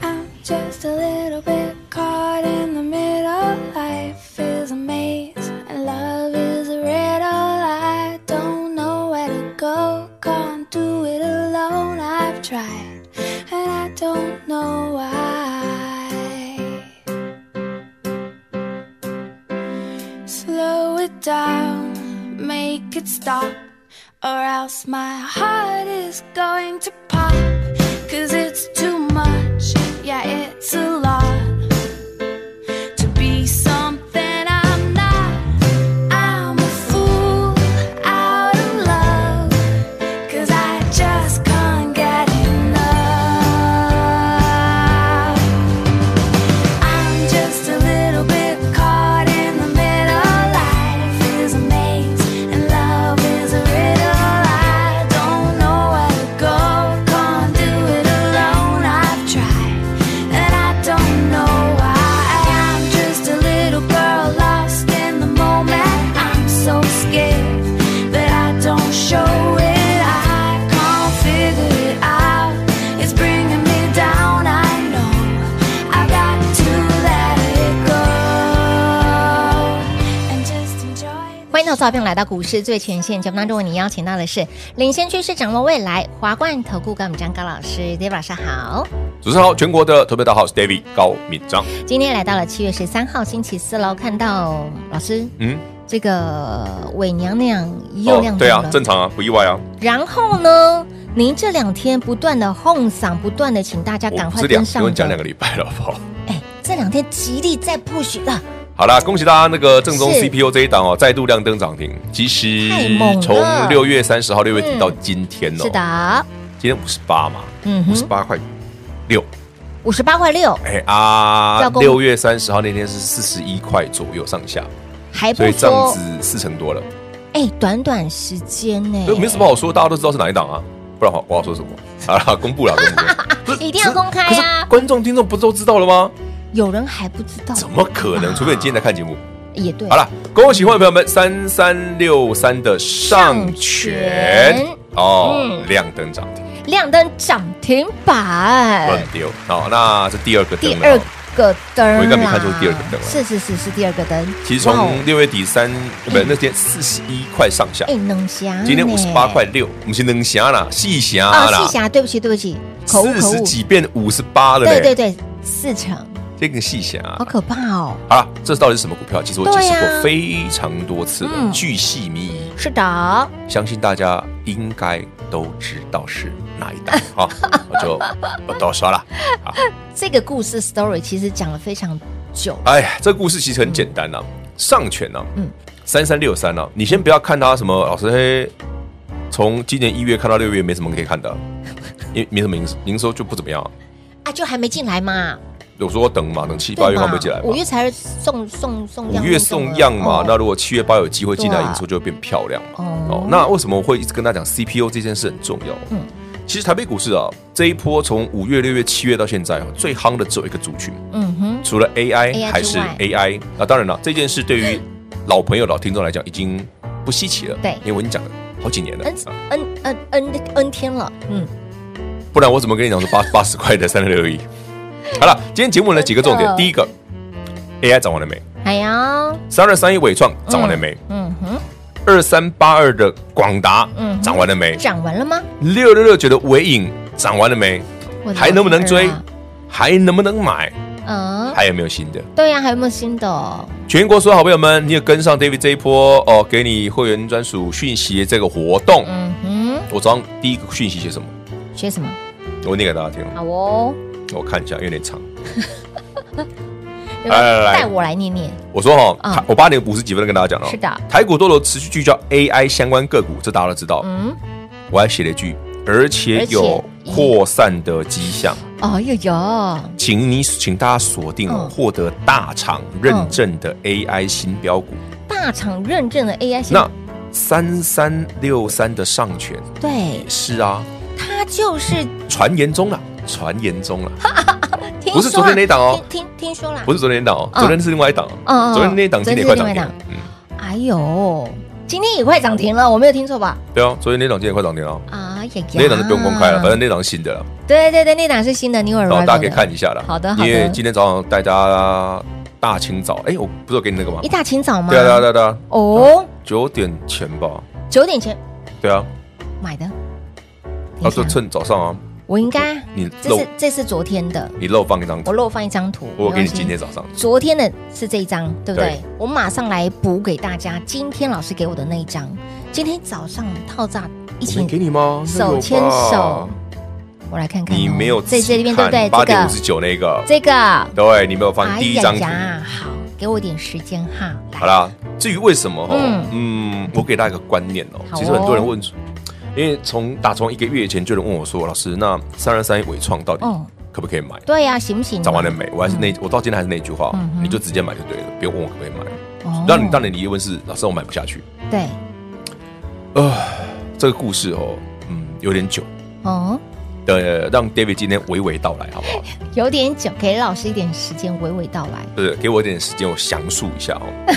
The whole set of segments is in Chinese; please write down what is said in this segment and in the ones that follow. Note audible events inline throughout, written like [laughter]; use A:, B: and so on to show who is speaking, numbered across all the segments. A: I'm just a little bit caught in the middle. Life is a maze, and love is a riddle. I don't know where to go, can't do it alone. I've tried, and I don't know why. Slow it down, make it stop, or else my heart is going to pop. Cause it's too much, yeah, it's a lot to be something I'm not. I'm a fool out of love, cause I just can't get enough. I'm just a little bit caught in the middle. Life is a maze and love is a riddle. I don't know where to go, can't do it alone. I've tried and I don't know why. I'm just a little girl lost in the moment. I'm so scared that I don't show it. I can't figure it out. It's bringing me down. I know. I got to let it go and just enjoy.
B: 欢迎到照片来到股市最前线节目当中，为您邀请到的是领先趋势、掌握未来华冠投顾高敏章高老师，David 老师好。
C: 主持人好，全国的投票大号是 David 高敏章。
B: 今天来到了七月十三号星期四喽，看到老师
C: 嗯，
B: 这个伪娘娘又亮
C: 对
B: 灯
C: 啊
B: 了，，
C: 正常啊，不意外啊。
B: 然后呢，您这两天不断的哄嗓，不断的请大家赶
C: 我
B: 快
C: 这
B: 跟
C: 哦两
B: 上的。
C: 跟你讲两个礼拜了，好不好？
B: 哎，这两天极力在 push 啊，
C: 好啦，恭喜大家那个正宗
B: 是
C: CPU 这一档哦，再度亮灯涨停。其实
B: 太猛了
C: 从六月三十号六月底
B: 嗯
C: 到今天哦，
B: 是，的，
C: 今天五十八嘛，
B: 嗯
C: 五十
B: 哼，
C: 八块六。
B: 五十八块六，
C: 哎啊
B: 要，公
C: 六月三十号那天是四十一块左右上下，
B: 还
C: 所
B: 不
C: 以这样
B: 说
C: 子，四成多了，
B: 哎，短短时间呢
C: 所以，没什么好说，大家都知道是哪一档啊，不然我我要说什么？好啦， [laughs] 公布了，公布
B: [laughs]
C: 了不是
B: 一定要公开
C: 可是
B: 啊！
C: 观众听众不都知道了吗？
B: 有人还不知道，
C: 怎么可能？除非你今天来看节目。
B: 也对？
C: 好了，恭喜欢迎朋友们，三三六三的上
B: 上
C: 权
B: 权
C: 哦
B: 嗯，
C: 亮灯涨停，
B: 亮灯涨停板
C: 乱，丢。好，那是第二个
B: 哎第
C: 灯了
B: 二
C: 哦。
B: 个灯啦，
C: 我应该没看出是第二个灯了
B: 是是是是第二个灯。
C: 其实
B: 哇哦
C: 从六月底三不是那天四十一块上下
B: 哎，，能侠，
C: 今天五十八块，六，我们是能侠啦，细侠
B: 啊，
C: 啦
B: 细，侠，对不起对不起，口误
C: 四
B: 口
C: 十
B: 误，
C: 几变五十八了
B: 对对
C: 嘞，
B: 对，四成，
C: 这个细侠。
B: 好可怕哦。
C: 好了，这到底是什么股票？其实我解
B: 对
C: 释
B: 啊
C: 过非常多次了，
B: 嗯
C: 巨细靡遗。
B: 是的，
C: 相信大家应该都知道是哪一档
B: [laughs]
C: 啊，我就不多说了。
B: 这个故事 story 其实讲了非常久，
C: 哎呀，这故事其实很简单呐、啊上权呐、
B: 嗯
C: 嗯，三三六三呐，啊你先不要看它什么老师嘿，从今年一月看到六月没什么可以看的， [laughs] 因为没什么营收营收就不怎么样啊、
B: 啊，就还没进来嘛，
C: 有时候等嘛，等七
B: 对
C: 八月
B: 嘛
C: 看会进来嘛
B: 五，月才送送送样，
C: 五月送样嘛，那
B: 哦
C: 如果七月八有机会进来，
B: 对啊
C: 营收就会变漂亮嘛。
B: 哦
C: 哦，那为什么我会一直跟他讲 CPU 这件事很重要？
B: 嗯
C: 嗯，其实台北股市啊，这一波从五月、六月、七月到现在啊，最夯的只有一个族群，
B: 嗯哼，
C: 除了
B: AI
C: AI 还是
B: 之外
C: AI。那当然了，这件事对于老朋友、老听众来讲已经不稀奇了。
B: 对嗯
C: 因为我已经讲了好几年了。
B: n
C: 啊
B: n n n n 天了，嗯，
C: 不然我怎么跟你讲说八八十块的三六六一？ [laughs] 好了，今天节目呢几个重
B: 真
C: 点，
B: 的
C: 第一个 AI 涨完了没？
B: 哎呀，
C: 三二三一伟创涨完了没？
B: 嗯哼，
C: 二三八二的广达
B: 嗯
C: 涨完了没？
B: 涨完了吗？
C: 六六六九的尾影涨完了没？
B: 我的
C: 还能不能追
B: 天啊？
C: 还能不能买？
B: 嗯，
C: 还有没有新的？
B: 对呀，还有没有新的哦？
C: 全国所有好朋友们，你有跟上 David 这一波哦，给你会员专属讯息这个活动。
B: 嗯
C: 我早上第一个讯息写什么？
B: 哼，学什么？
C: 我念给大家听，
B: 好哦，
C: 我看一下，有点长。
B: 要不要
C: 来来来哦
B: 带我来念念。
C: 我说哈、
B: 嗯
C: 台我八点五十几分跟大家讲了、
B: 是的
C: 台股多头持续聚焦 AI 相关个股，这大家都知道。
B: 嗯，
C: 我还写了一句，而且有扩散的迹象。
B: 哦呦呦，
C: 请你请大家锁定哦
B: 嗯，
C: 获得大厂认证的 AI 新标股，
B: 大厂认证的 AI 系
C: 那三三六三的上权
B: 对
C: 也，是啊，
B: 它就是
C: 传言中啊，传言中啊，
B: 听
C: 不是
B: 说
C: 昨天那一档哦
B: 啦听听听说啦，
C: 不是昨天那档哦，
B: 嗯
C: 昨天是另外一档
B: 嗯嗯
C: 哦，昨天那一档今天也快涨
B: 昨
C: 停
B: 天
C: 了
B: 是，
C: 嗯，
B: 哎呦，今天也快涨停了，我没有听错吧？
C: 对啊，昨天那档今天也快涨停了哦，
B: 啊呀呀，
C: 那档就不用公开了，反正那档是新的了，
B: 对对对，那档是新的 New
C: 然
B: Arrival，
C: 后大家可以
B: 的
C: 看一下了。
B: 好的好的
C: 因为今天早上带大家大清早，哎，我不是有给你那个吗
B: 一？大清早吗？
C: 对啊对啊对啊对啊，
B: 哦，
C: 九点前吧，
B: 九点前
C: 对啊，
B: 买的，等
C: 他说
B: 一下
C: 趁早上啊，
B: 我应该
C: 你
B: 这
C: 哦漏
B: 是这是昨天的，
C: 你漏放一张
B: 我
C: 图，
B: 漏放一张图，
C: 我给
B: 没关
C: 你
B: 系
C: 今天早上。
B: 昨天的是这一张，对不对？
C: 对
B: 我马上来补给大家，今天老师给我的那一张，今天早上套炸一
C: 我没给
B: 起
C: 你吗？那有
B: 手
C: 吧
B: 牵手，我来看看哦、
C: 你没有
B: 在这里面对
C: 仔
B: 不
C: 细
B: 对？
C: 看
B: 这
C: 八点五
B: 个
C: 十九那个，
B: 这个，哎
C: 对，你没有放第一张图。
B: 呀，好，给我一点时间哈。来
C: 好，啦，至于为什么哦，嗯，我给大家一个观念哦。
B: 好哦
C: 其实很多人问，因为从打从一个月前就有人问我说，老师，那三二三一伟创到底
B: 嗯
C: 可不可以买？
B: 对呀、行不啊行？
C: 涨完了没？我还是那我到今天还是那句话哦
B: 嗯，哼
C: 你就直接买就对了，不用问我可不可以买。
B: 哦
C: 让你当然你疑问是，老师我买不下去。
B: 对
C: 这个故事哦，嗯，有点久。
B: 哦，
C: 呃，让 David 今天娓娓道来，好不好？
B: 有点久，给老师一点时间娓娓道来。
C: 对，给我一点时间，我详述一下
B: [laughs]
C: 哦。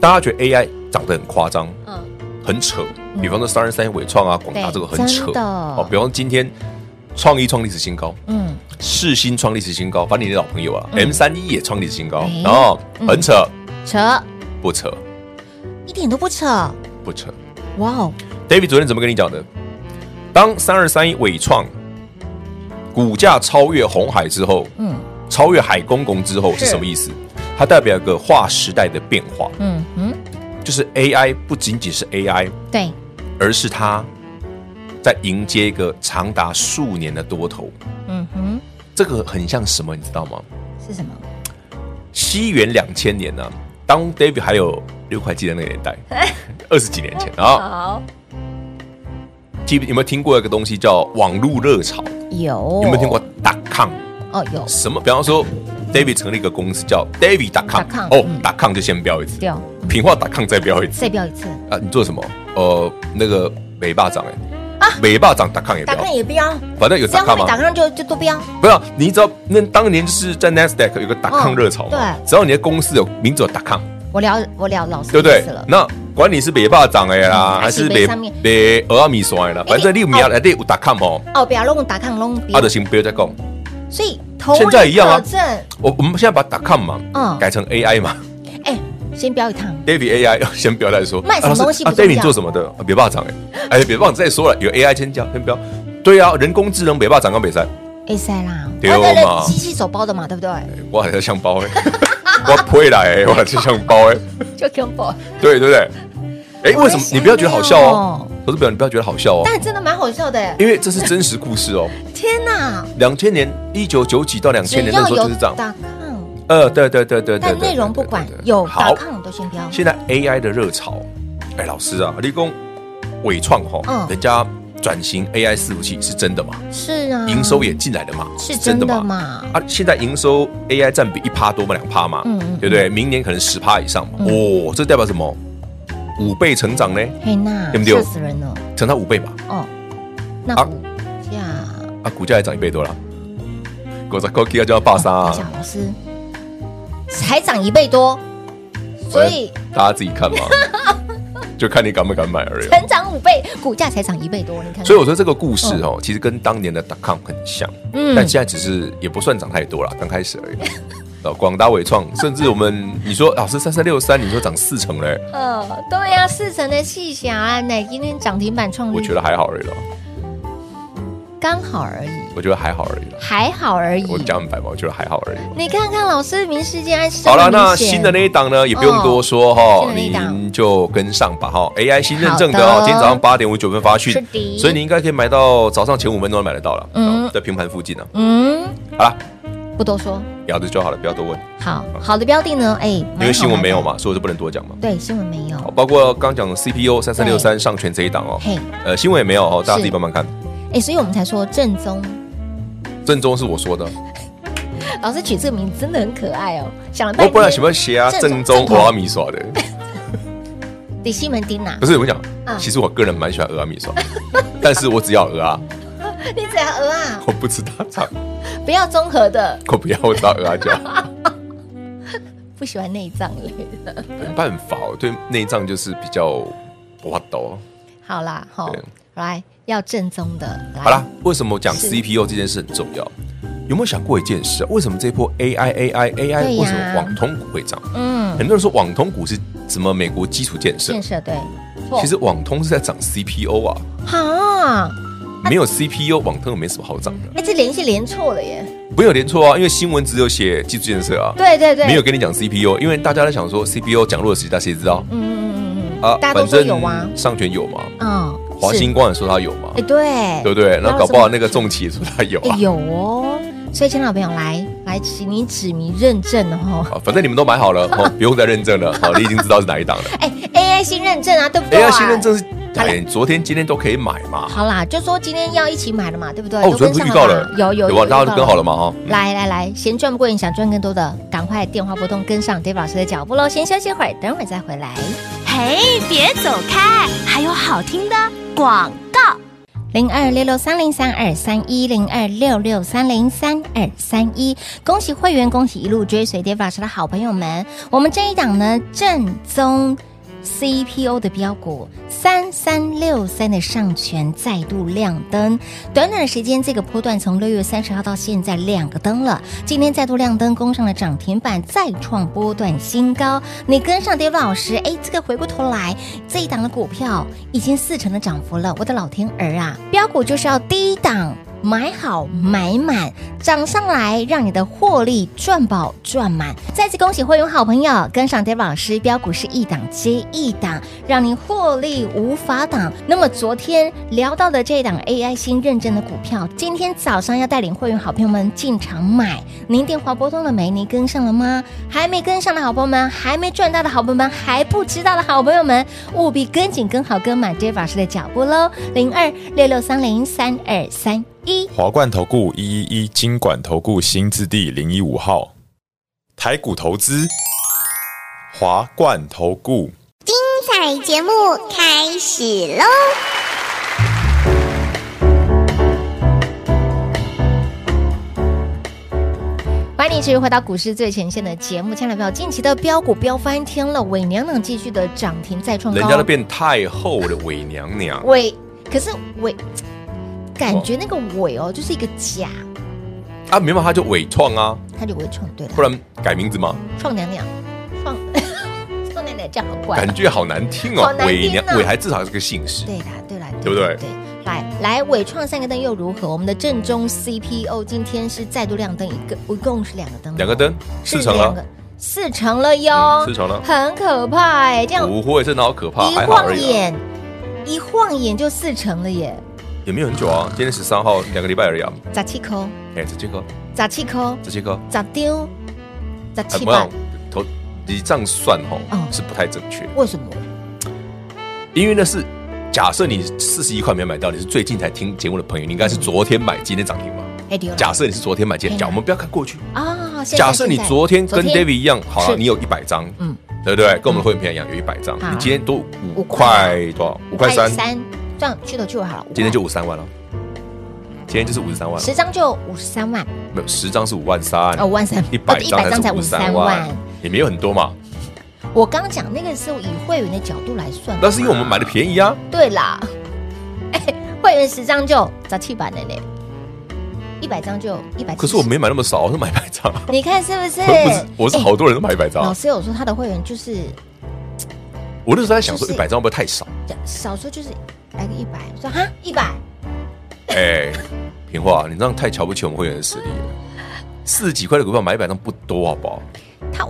C: 大家觉得 AI 涨得很夸张，
B: 嗯，
C: 很扯，比方说三十三伟创啊、广达
B: 对
C: 这个很扯哦
B: 真的
C: 比方说今天创意创历史新高，
B: 嗯，
C: 世新创历史新高，反正你的老朋友啊，M 三一也创历史新高
B: 哎，
C: 然后很扯，
B: 扯
C: 不扯，
B: 一点都不扯，
C: 不扯。
B: 哇哦，
C: David 昨天怎么跟你讲的？当三二三一伟创股价超越红海之后，
B: 嗯
C: 超越海公公之后是
B: 是
C: 什么意思？它代表一个划时代的变化，
B: 嗯嗯，
C: 就是 AI 不仅仅是 AI，
B: 对，
C: 而是它在迎接一个长达数年的多头。
B: 嗯哼，
C: 这个很像什么，你知道吗？
B: 是什么？
C: 西元两千年呢、当 David 还有六块肌的那个年
B: [laughs]
C: 代，二十几年前啊，
B: 好，
C: 记不有没有听过一个东西叫网络热潮？
B: 有
C: 有没有听过 .com？
B: 哦，有
C: 什么？比方说，David 成立一个公司叫 David.com，
B: .com，
C: 哦
B: 嗯
C: ，.com 就先标一次
B: 对哦，
C: 品化 .com 再标一次
B: 再标一次，
C: 啊。你做什么？呃，那个美霸掌哎，美霸掌 .com 也
B: 打
C: 标，
B: 啊抗也标，
C: 反正有
B: 只要后
C: .com
B: 面打
C: 嘛，
B: 抗就就都标，
C: 不要你只要那当年就是在 NASDAQ 有个
B: 嗯
C: .com 热潮嘛，
B: 对
C: 只要你的公司有名字有 .com，
B: 我聊我聊老师
C: 对不对
B: 意思了？
C: 那管你是美霸掌哎啦，
B: 嗯
C: 还
B: 还是
C: 是美
B: 美上面
C: 美俄阿米酸啦，反正你有名
B: 哦
C: 来对有 .com 哦，
B: 哦，不要弄打抗弄标
C: 阿德，行啊不要再讲。
B: 所以同理
C: 现在一样啊
B: 可证，
C: 我我们现在把 .com 嘛
B: 嗯，
C: 改成 AI 嘛。 [laughs]
B: 哎，先标一趟，
C: David AI [laughs] 先不要再说，
B: 卖什么
C: 啊老师
B: 东西
C: 啊
B: 不重要
C: ？David 你做什么的？啊别霸掌哎，哎，别霸掌再说了，有 AI 先讲，先不要。对啊，人工智能别霸掌跟北赛，欸
B: 哎塞啦，
C: 对哦
B: 哦对
C: 嘛
B: 机器手包的嘛，对不对？
C: 我还在香包哎， [laughs] 我不会来哎，我还在香包哎，
B: 就 c o m
C: 对对不对？哎，为什么你不要觉得好笑哦？哎投资表你不要觉得好笑哦，
B: 但真的蛮好笑的，
C: 因为这是真实故事
B: [laughs]
C: 哦。
B: 天哪！
C: 两千年一九九几到两千
B: 只
C: 年那
B: 要
C: 时候
B: 有
C: 就是这样，
B: 打抗，
C: 呃，对对对对对，
B: 但
C: 对
B: 内容不管
C: 对对对
B: 有打
C: 好。
B: 抗都先标，
C: 现在 AI 的热潮，哎，老师啊，立功伟创哈
B: 嗯，
C: 人家转型 AI 伺服器是真的吗？
B: 是啊，
C: 营收也进来了嘛，
B: 是真的？嘛？
C: 啊，现在营收 AI 占比一趴多嘛，两趴嘛，
B: 嗯嗯
C: 对不对？明年可能十趴以上嘛，哦，这代表什么？五倍成长呢？
B: 嘿娜，
C: 对不对
B: 吓死人了
C: 成长五倍嘛，
B: 哦，那
C: 啊
B: 股价。
C: 啊，股价也涨一倍多了，狗仔 Cookie 就要爆杀
B: 等一下，
C: 啊，
B: 老师才涨一倍多，所以
C: 哎大家自己
B: [laughs]
C: 看嘛，就看你敢不敢买而已。哦
B: 成长五倍，股价才涨一倍多，你看看。
C: 所以我说这个故事哦，其实跟当年的 .com 很像，
B: 嗯
C: 但现在只是也不算涨太多了，刚开始
B: [laughs]
C: 而已。哦，广达伟创，甚至我们你说老师三三六三，你说涨四成嘞，
B: 呃，对呀、四成的细侠，那今天涨停板创
C: 我觉
B: 立
C: 得啊还好而已了，
B: 刚好而已，
C: 我觉得还好而已了。
B: 还好而已。
C: 我讲很白嘛，我觉得还啊好而已。
B: 你看看老师明世界安
C: 好了，那新的那一档呢，也不用多说
B: 哦
C: 哈，
B: 新的那一档
C: 您就跟上吧哈。AI 新认证的
B: 好
C: 哦，
B: 的
C: 今天早上八点五九分发讯
B: 是的，
C: 所以你应该可以买到早上前五分钟买得到了，
B: 嗯
C: 嗯，在平盘附近呢。
B: 嗯，
C: 好了，
B: 不多说。
C: 咬着就好了，不要多问，
B: 好好的标的呢，哎，
C: 因为新闻没有
B: 蛮好
C: 嘛，所以我就不能多讲嘛
B: 买。的？对，新闻没
C: 好，
B: 有。
C: 包括刚讲 CPU 三三六三上权这一档哦
B: 嘿，
C: 呃，新闻也没有哦，大家自己
B: 是
C: 慢慢看。
B: 哎，所以我们才说正宗
C: 正宗是我说的，
B: 老师取这个名字真的很可爱哦，想了半
C: 我
B: 天。
C: 本来喜欢写啊
B: 正
C: 正
B: 宗
C: 宗
B: 正宗
C: 俄阿米耍
B: [laughs]
C: 的，
B: 你西门町呐
C: 不，是我跟你
B: 啊
C: 讲，其实我个人蛮喜欢俄阿米耍，但是我只要俄啊，
B: 你只要鹅啊，
C: 我不知道唱，
B: 不要综合的，
C: 我不要我只要鹅啊就好，
B: 不喜欢内脏类的。
C: 没办法，我对内脏就是比较我懂。
B: 好啦，好
C: 对，
B: 来要正宗的。来
C: 好啦，，为什么讲
B: 是
C: CPU 这件事很重要？有没有想过一件事啊？为什么这波 AI AI
B: 对
C: AI
B: 呀
C: 为什么网通股会涨？
B: 嗯，
C: 很多人说网通股是什么美国基础建设
B: 建，设对，
C: 其实网通是在涨 CPU 啊，
B: 好，
C: 没有 CPU 网通也没什么好涨的。
B: 哎，这连线连错了耶。
C: 没有连错啊，因为新闻只有写基础建设啊，
B: 对对对，
C: 没有跟你讲 CPU，因为大家在想说 CPU 讲弱势，大家谁知道
B: 嗯，嗯嗯嗯
C: 啊
B: 嗯，？大家都说有啊
C: 反，正上权有嘛，
B: 嗯，
C: 华
B: 是
C: 星光也说啊它有嘛
B: 哎，，对
C: 对不对？
B: 然
C: 那
B: 后
C: 搞
B: 什
C: 不
B: 么
C: 好那个重企也说它有
B: 哎
C: 啊，
B: 有哦，所以，亲老朋友来来，请你指名认证哦。
C: 啊，反正你们都买
B: [laughs]
C: 好了，哦，不用再认证了，好，你已经知道是哪一档了。
B: 哎，AI 新认证啊，对 [laughs] 不对
C: AI
B: 啊？
C: 新认证是，哎，昨天、今天都可以买嘛。
B: 好啦，就说今天要一起买了嘛，对不对？
C: 哦，我
B: 都
C: 昨天
B: 跟上
C: 不是预告
B: 了
C: 了
B: 嘛，有有
C: 啊，大家都跟好了
B: 嘛。
C: 嘛？哈，
B: 来来来，嫌赚不过瘾，想赚更多的，赶快电话拨通，跟上 Dave 老师的脚步喽。先休息会儿，等会儿再回来。
A: 嘿，别走开，还有好听的广告。
B: 零二六六三零三二三一零二六六三零三二三一，恭喜会员，恭喜一路追随 Dave 老师的好朋友们。我们这一档呢，正宗 CPO 的标股三三六三的上权再度亮灯，短短的时间，这个波段从六月三十号到现在两个灯了，今天再度亮灯，攻上了涨停板，再创波段新高。你跟上 Dave 老师，哎，这个回过头来，这一档的股票已经四成的涨幅了，我的老天儿啊！标股就是要低档。买好买满，涨上来，让你的获利赚饱赚满。再次恭喜会员好朋友跟上 Dave 老师，标股是一档接一档，让您获利无法挡。那么昨天聊到的这档 AI 新认证的股票，今天早上要带领会员好朋友们进场买。您电话拨通了没？您跟上了吗？还没跟上的好朋友们，还没赚到的好朋友们，还不知道的好朋友们，务必跟紧、跟好、跟满 Dave 老师的脚步喽！零二六六三零三二三一。
D: 华冠投顾一一一金管投顾新字第零一五号，台股投资，华冠投顾。
E: 彩节目开始喽！
B: 欢迎你持续回到股市最前线的节目，亲爱的朋友，近期的标股飙翻天了，伟娘娘继续的涨停再创高，
C: 人家都变太后的伪娘娘，
B: 伟，可是伟，感觉那个伟哦，就是一个假，
C: 啊，没办法，他就伪创啊，
B: 他就不会创对了
C: 不，然改名字嘛，
B: 创娘娘，创 [laughs] 创娘娘这样很怪，
C: 感觉好难听哦
B: 好，难听啊
C: 伪娘伪还至少是个姓氏，
B: 对啦，对啦，
C: 对不对
B: 对，来来，伟创三个灯又如何？我们的正宗 CPO 今天是再度亮灯一个，一共是两个灯，啊
C: 两个灯
B: 是
C: 四成
B: 两
C: 了
B: 个，，四成了哟，
C: 嗯四成了，
B: 很可怕哎，这样
C: 不会真的好可怕，
B: 一
C: 还好而
B: 晃
C: 已啊，
B: 眼，一晃眼就四成了耶，
C: 也没有很久啊，今天十三号，两个礼拜而已啊，
B: 咋气抠，
C: 哎，这这个
B: 咋气抠，
C: 这这个，
B: 咋丢，咋
C: 哎，
B: 气
C: 不要
B: 办？
C: 投，你这样算
B: 嗯
C: 哦，是不太正确，
B: 为什么？
C: 因为那是假设你四十一块没买到，你是最近才听节目的朋友，你应该是昨天买，今天涨停嘛。
B: 哎丢了
C: 假设你是昨天买进
B: 哎
C: 来，
B: 呀
C: 假我们不要看过去。
B: 啊！现在
C: 假设你
B: 现在
C: 昨天
B: 昨
C: 跟
B: 天
C: David 一样，好
B: 是
C: 了，你有一百张，
B: 嗯
C: 嗯，对不对？跟我们会员朋友一样，有一百张。
B: 好
C: 你今天都
B: 五
C: 五
B: 块
C: 块多少？五块三，
B: 三，这样去头去尾好了，五
C: 今天
B: 万
C: 就五十三万了。今天就是五十三万了，
B: 十张就五十三万，
C: 没有十张是五万三
B: 哦，，五万三，
C: 一百
B: 哦
C: 张才
B: 才
C: 是
B: 五
C: 五
B: 十
C: 十
B: 三
C: 三
B: 万
C: 万。，也没有很多嘛。
B: 我刚讲那个是以会员的角度来算的嘛，
C: 那是因为我们买的便宜啊，
B: 对啦， [laughs] 哎，会员十张就咋气版的呢？一百张就一百，
C: 可是我没买那么少，我是买一百张啊，
B: 你看是不是？
C: 我 [laughs] 不是，我是
B: 哎
C: 好多人都买一百张
B: 老
C: 啊。
B: 师有说他的会员就是
C: 我那时候在想说，
B: 就是
C: 一百张会不会太少？
B: 少说就是来个一百，说哈一百，
C: 哎，平花，你这样太瞧不起我们会员的实力了。四十几块的股票买一百张不多，好不好？
B: 他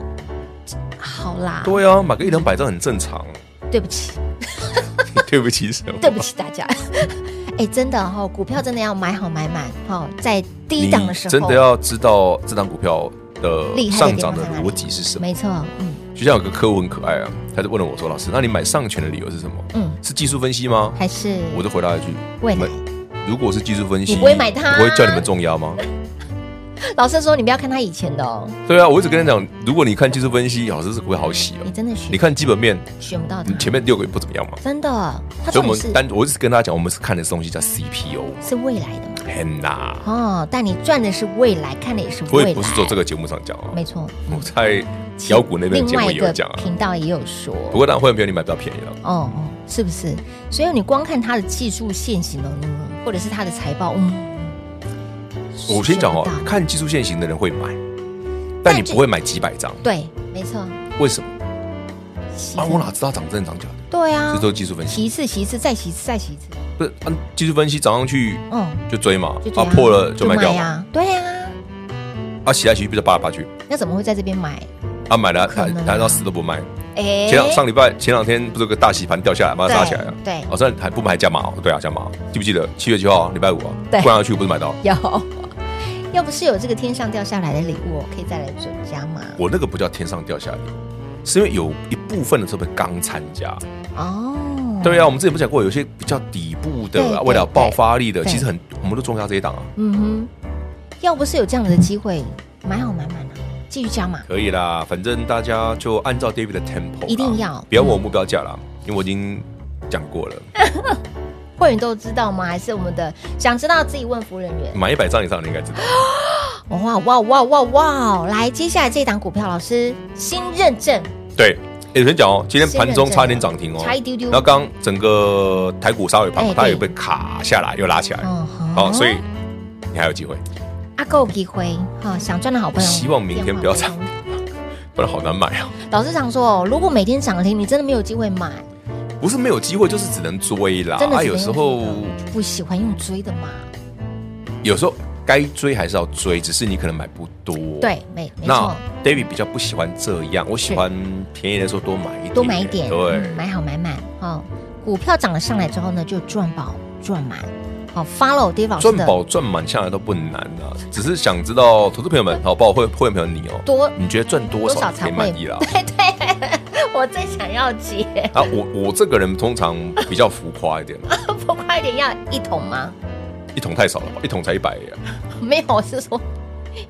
B: 好啦，
C: 对啊，买个一两百张很
B: [laughs]
C: 正常。
B: 对不起，
C: 对不起什么？
B: 对不起大家。 [laughs] 哎，真的哈、哦，股票真的要买好买满哦，在低档的时候，
C: 真的要知道这档股票的
B: 厉害的
C: 上
B: 地方
C: 涨的
B: 在哪里
C: 逻辑是什么。
B: 没错，嗯
C: 就像有个客户很可爱啊，他就问了我说：“老师，那你买上权的理由是什么？
B: 嗯，
C: 是技术分析吗
B: 还是？”
C: 我就回答一句：“
B: 未来
C: 你们如果是技术分析，
B: 你不会买它啊 [laughs]
C: 我会叫你们重压吗？
B: 老师说你不要看他以前的哦，
C: 对啊，我一直跟你讲，如果你看技术分析，老师是不会好洗
B: 你
C: 哦。
B: 真的选
C: 你看基本面，
B: 选不到他
C: 你，前面六个也不怎么样嘛。
B: 真的，哦他
C: 所
B: 重
C: 以我
B: 点
C: 们
B: 是
C: 单，我一直跟他讲，我们是看的东西叫 CPO，
B: 是未来的嘛，
C: 很呐。
B: 哦，但你赚的是未来，看的也是
C: 我
B: 未来，
C: 也不是做这个节目上讲啊，
B: 没错，嗯
C: 我在摇滚那边的
B: 另
C: 节目
B: 外
C: 也
B: 一
C: 有
B: 个
C: 讲啊。
B: 频道也有说，
C: 不过当然会员朋友你买比较便宜了，
B: 哦，哦，是不是？所以你光看它的技术线型哦，嗯或者是它的财报，嗯，
C: 我先讲哦
B: 学不，到
C: 看技术线型的人会买，
B: 但
C: 但你
B: 这
C: 不会买几百张，
B: 对，没错，
C: 为什么？
B: 洗
C: 啊，我哪知道涨真的涨假的？
B: 对啊
C: 这，都是技术分析，
B: 洗一次，洗一次，再洗一次，再洗一次，
C: 不是？啊，技术分析涨上去
B: 嗯，
C: 就追嘛
B: 就，这
C: 啊
B: 样
C: 破了就卖掉嘛，
B: 啊，对啊，
C: 啊洗来洗去不就扒来扒去，
B: 那怎么会在这边买？
C: 啊买了
B: 不可
C: 他
B: 能啊
C: 他到死都不卖。
B: 哎
C: 前两上礼拜前两天不是有个大洗盘掉下来嘛，
B: 对
C: 杀起来了，啊
B: 对
C: 好像还不买还加码哦，对啊加码哦，记不记得七月九号礼拜五啊，
B: 对
C: 灌下去我不是买到，
B: 有，要不是有这个天上掉下来的礼物，我可以再来准加码
C: 我那个不叫天上掉下来，是因为有一部分的这边刚参加，
B: 嗯哦。
C: 对啊，我们之前不是讲过，有些比较底部的
B: 对对
C: 啊，为了爆发力的，
B: 对
C: 其实很我们都重要这一档啊，
B: 嗯哼，要不是有这样的机会，买好买满了，继续加码。
C: 可以啦，反正大家就按照 David 的 tempo，啦
B: 一定要
C: 不要问我目标价啦，因为我已经讲过了，
B: 会员都知道吗？还是我们的想知道自己问服务人员？哦
C: 买一百张以上你应该知道，
B: 哇哇哇哇哇！来，接下来这档股票，老师新认证，
C: 对。诶有人讲哦，今天
B: 先认
C: 盘中
B: 证
C: 差点涨停哦，
B: 差一丢丢
C: 然后刚刚整个台股稍微盘
B: 哎
C: 嘛，它
B: 对
C: 也被卡下来，又拉起来。
B: 嗯哼
C: 好，所以你还有机会，
B: 阿够机会哈，想赚的好朋友，
C: 希望明天不要涨
B: 电话拨通。
C: 不然好难买啊！
B: 老师常说，哦如果每天涨停，你真的没有机会买，
C: 不是没有机会，就是只能追啦。
B: 真的
C: 啊，
B: 只能
C: 有
B: 用
C: 时候
B: 这个不喜欢用追的嘛。
C: 有时候该追还是要追，只是你可能买不多。
B: 对，没没
C: 那
B: 错，
C: David 比较不喜欢这样，我喜欢便宜的时候多买一点，
B: 多买一点，
C: 对，
B: 嗯买好买满哦。股票涨了上来之后呢，就赚饱赚满。好，follow Dave 老师
C: 赚
B: 的
C: 饱赚满下来都不难啊，只是想知道投资朋友们，好，包括会员朋友你哦，
B: 多 [laughs]
C: 你觉得赚多
B: 多
C: 少
B: 少
C: 你
B: 才
C: 可以
B: 会
C: 满意啦？
B: 对对，我最想要解， [laughs]
C: 啊，我我这个人通常比较浮夸一点，
B: 不快点要一桶吗？
C: [laughs] 一桶太少了吧，一桶才一百啊耶，
B: 没有，我是说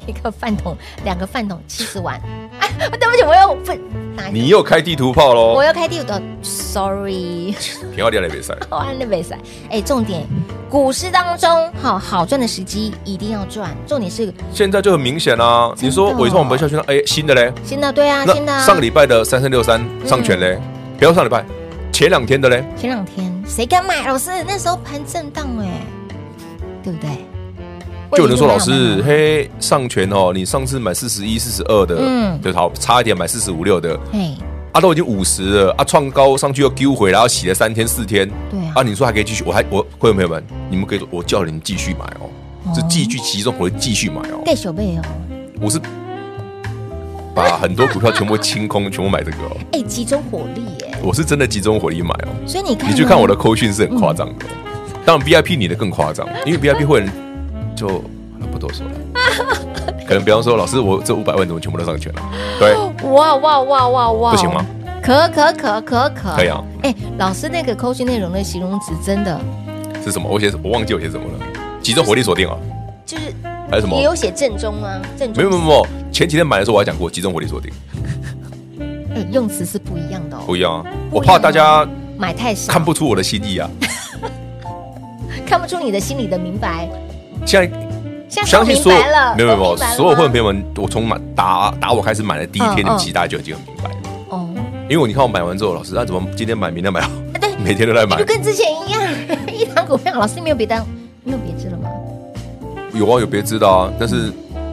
B: 一个饭桶，两个饭桶七十万。哎，对不起，我又不哪一个
C: 你又开地图炮
B: 我
C: 喽，
B: 又开第五的，sorry，
C: 平要掉来比赛，
B: 我按的没塞。哎，重点，股市当中好好赚的时机一定要赚，重点是
C: 现在就很明显啦。
B: 真的
C: 你说伟创我们下去了，哎，新的嘞，
B: 新的对啊，
C: 那
B: 新的啊嗯
C: 上个礼拜的三三六三上权嘞，不要上礼拜，前两天的嘞，
B: 前两天谁敢买？老师那时候盘震荡哎，对不对？
C: 就有人说老
B: 我已经
C: 师，
B: 买了
C: 嘿，上权哦，你上次买四十一、四十二的，
B: 嗯
C: 嗯，就好差一点买四十五六的，
B: 嘿，
C: 啊，都已经五十了，啊，创高上去又丢回来，然后洗了三天四天，
B: 对啊
C: 啊，你说还可以继续，我还我会员朋友们，你们可以，我叫你们继续买哦，
B: 哦
C: 是继续其中回继续买哦，
B: 盖小贝哦，
C: 我是把很多股票全部清空，全部买这个哦，
B: 哎，集中火力耶，
C: 我是真的集中火力买哦，
B: 所以你看，
C: 你去看我的，扣讯是很夸张的哦，当然 VIP 你的更夸张，因为 VIP 会员就好了不多说了。可能比方说，老师，我这五百万怎么全部都上去了？对，
B: 哇哇哇哇哇，
C: 不行吗？
B: 可可可可可，
C: 可以啊。
B: 哎、老师那个扣讯内容的形容词真的
C: 是什么？我写我忘记我写什么了。集中火力锁定啊，
B: 就是
C: 还有什么
B: 也？有写正宗啊，正宗
C: 没有没有没有，前几天买的时候我还讲过，集中火力锁定
B: 哎用词是不一样的哦。
C: 不一样啊。我怕大家
B: 买太少，
C: 看不出我的心意啊。
B: 看不出你的心里的明白。
C: 现在
B: 现在
C: 相
B: 都
C: 信
B: 明
C: 所有
B: 白了，
C: 没有没有没
B: 都
C: 有
B: 明白了吗
C: 所有会员朋友们，我从买打打我开始买的第一天，
B: 嗯
C: 你们其实大家就已经很明白了。
B: 哦，哎
C: 因为你看我买完之后，老师那啊怎么今天买，明天买，啊
B: 对
C: [laughs] 每天都在买
B: 就。跟之前一样， [laughs] 一档股票，老师没有别的，没有别致了吗？
C: 有啊，有别知道啊，但是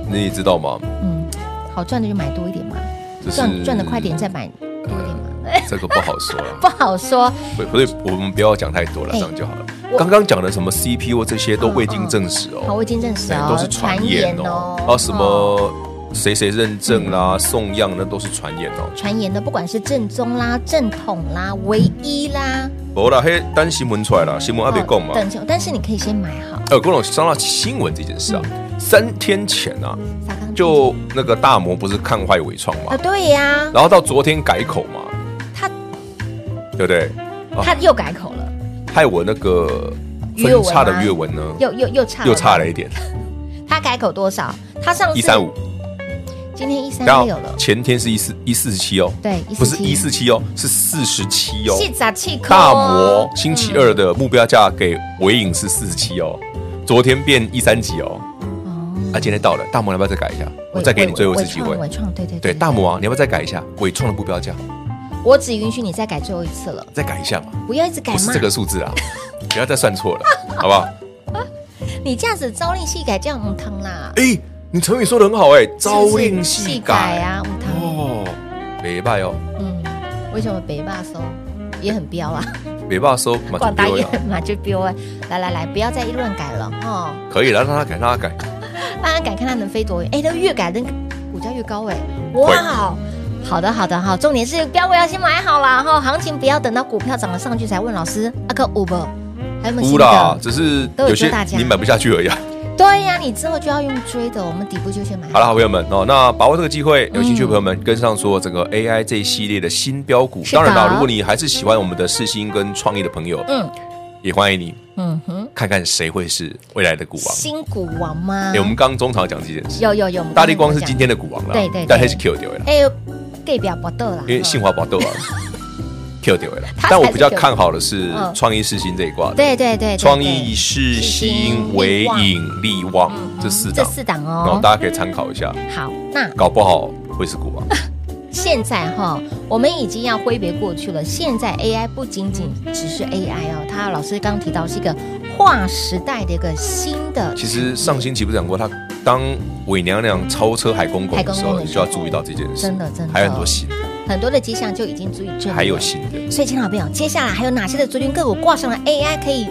C: 你也知道嘛，
B: 嗯，好赚的就买多一点嘛，
C: 就是啊
B: 赚赚的快点再买多一点嘛，
C: 这个不好说
B: [laughs]
C: 了。
B: 不好说。
C: 对，所以我们不要讲太多了，
B: 哎
C: 这样就好了
B: 我。
C: 刚刚讲的什么 CPU 这些都未
B: 嗯
C: 经
B: 嗯
C: 证实哦。
B: 好，我已经认识
C: 对
B: 哦，
C: 都是传言哦，啊什
B: 哦嗯
C: 么谁谁认证啦、送样那都是传言哦。
B: 传言的，不管是正宗啦、正统啦、唯一啦，
C: 无啦，嘿，单新闻出来了，新闻还没讲嘛
B: 哦。等一下但是你可以先买好。
C: 呃，郭总上到新闻这件事啊，
B: 嗯
C: 三天前啊，
B: 撒钢筋
C: 就那个大摩不是看坏伟创
B: 啊，
C: 嘛，
B: 对呀，
C: 然后到昨天改口嘛，
B: 他
C: 对不对？啊
B: 他又改口了，
C: 害我那个
B: 阅文
C: 分叉的
B: 吗
C: 阅文呢，
B: 又又又差，
C: 又差了一，点。
B: 他它改口多少？它上次
C: 一三五，
B: 今天一三
C: 然后
B: 六了，
C: 前天是一四一四十七哦，
B: 对
C: 不是一
B: 147
C: 四七哦，是四十七哦。
B: 是杂气口
C: 大
B: 哦
C: 摩星期二的目标价给尾影是四十七哦，昨天变一三几哦，啊，今天到了，大摩要不要再改一下？我再给你最后一次机会。
B: 伟创，对对
C: 对，大魔王，你要不要再改一下伟创的目标价？
B: 我只允许你再改最后一次了，
C: 再改一下嘛，
B: 不要一直改
C: 不是
B: 嘛
C: 这。个数字啊，不要再算错了，好不好？ [laughs]
B: 你这样子朝令夕改，这样唔疼啦。
C: 哎，你成语说的很好哎，朝令
B: 是不是
C: 夕
B: 夕
C: 改
B: 改啊，唔疼。
C: 哦，北拜哦，
B: 嗯，为什么北霸收也很彪
C: [laughs]
B: 啊？
C: 北霸收嘛就
B: 广达
C: 丢
B: 也
C: 了，
B: 很嘛就彪哎。来来来，不要再一乱改了哦，
C: 可以了，让他改，让他改，
B: 让他改看他能飞多远。哎，那越改那个股价越高哎，哇！好的，好的，好，重点是标位要先买好啦哈，行情不要等到股票涨了上去才问老师阿哥五 [laughs] 不，还有没有
C: 不
B: 新
C: 啦
B: 的，？
C: 只是
B: 都有
C: 有
B: 救
C: 些
B: 大家
C: 你买不下去而已啊。
B: 对呀、你之后就要用追的，我们底部就先买
C: 好了，好朋友们哦，那把握这个机会，有兴趣的朋友们跟上所有整个 AI 这一系列的新标股。
B: 是的
C: 当然啦，如果你还是喜欢我们的世新跟创意的朋友，
B: 嗯
C: 也欢迎你
B: 嗯哼，
C: 看看谁会是未来的股王。
B: 新股王吗？
C: 哎，我们刚中场讲这件事，
B: 有有有，我们
C: 大力光
B: 刚刚有
C: 是
B: 讲
C: 今天的股王啦，
B: 嗯对对对
C: 但还是 Q 掉了啦，
B: 哎呦，给表不得啦，
C: 因为信华宝豆
B: [laughs]
C: 啊 Q 掉了啦。
B: 他才是
C: 但我比较看好的是
B: 嗯
C: 创意世新这一挂的，
B: 对对对，对
C: 创意世新、
B: 伟
C: 伟
B: 影
C: 影、力旺这四
B: 对嗯这
C: 档，
B: 四档
C: 然后
B: 哦。
C: 大家可以参考一下，
B: 好，那
C: 搞不好会是股王。
B: 现在哈，我们已经要挥别过去了。现在 AI 不仅仅只是 AI 哦，它老师刚提到是一个划时代的一个新的，
C: 其实上星期不是讲过，他当伪娘娘超车海公公的
B: 海公
C: 时
B: 公
C: 候，
B: 的
C: 你
B: 时
C: 就
B: 候
C: 要注意到这件事。
B: 真的真的
C: 还有很多新的，
B: 很多的迹象就已经足以证明。
C: 还有新的。
B: 所以，亲老朋友，接下来还有哪些的族群个股挂上了 AI 可以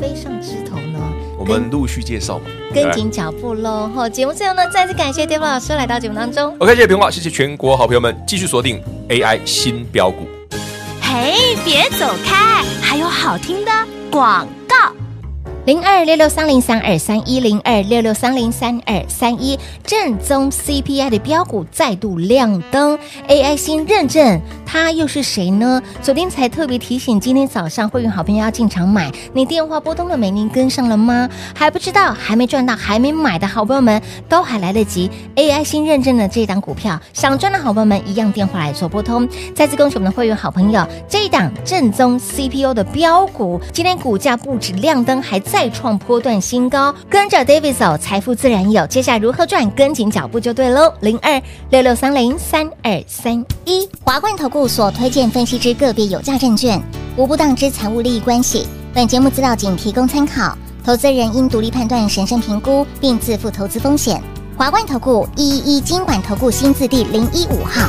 B: 飞上枝头呢？
C: 我们陆续介绍嘛。
B: 跟
C: 来
B: 紧脚步喽！好，节目最后呢，再次感谢 d a 老师来到节目当中。
C: OK，谢谢平话，谢谢全国好朋友们，继续锁定 AI 新标股。
A: 嘿，别走开，还有好听的广告。
B: 零二六六三零三二三一零二六六三零三二三一正宗 CPI 的标股再度亮灯，AI 新认证，它又是谁呢？昨天才特别提醒，今天早上会员好朋友要进场买，你电话拨通了没？您跟上了吗？还不知道，还没赚到，还没买的好朋友们都还来得及。AI 新认证的这档股票，想赚的好朋友们一样电话来做拨通。再次恭喜我们的会员好朋友，这一档正宗 CPU 的标股，今天股价不止亮灯，还再创波段新高。跟着 David 走，财富自然有。接下来如何赚，跟紧脚步就对喽。零二六六三零三二三
E: 一华冠投顾所推荐分析之个别有价证券，无不当之财务利益关系。本节目资料仅提供参考，投资人应独立判断、审慎评估，并自负投资风险。华冠投顾一一一金管投顾新字第零一五号。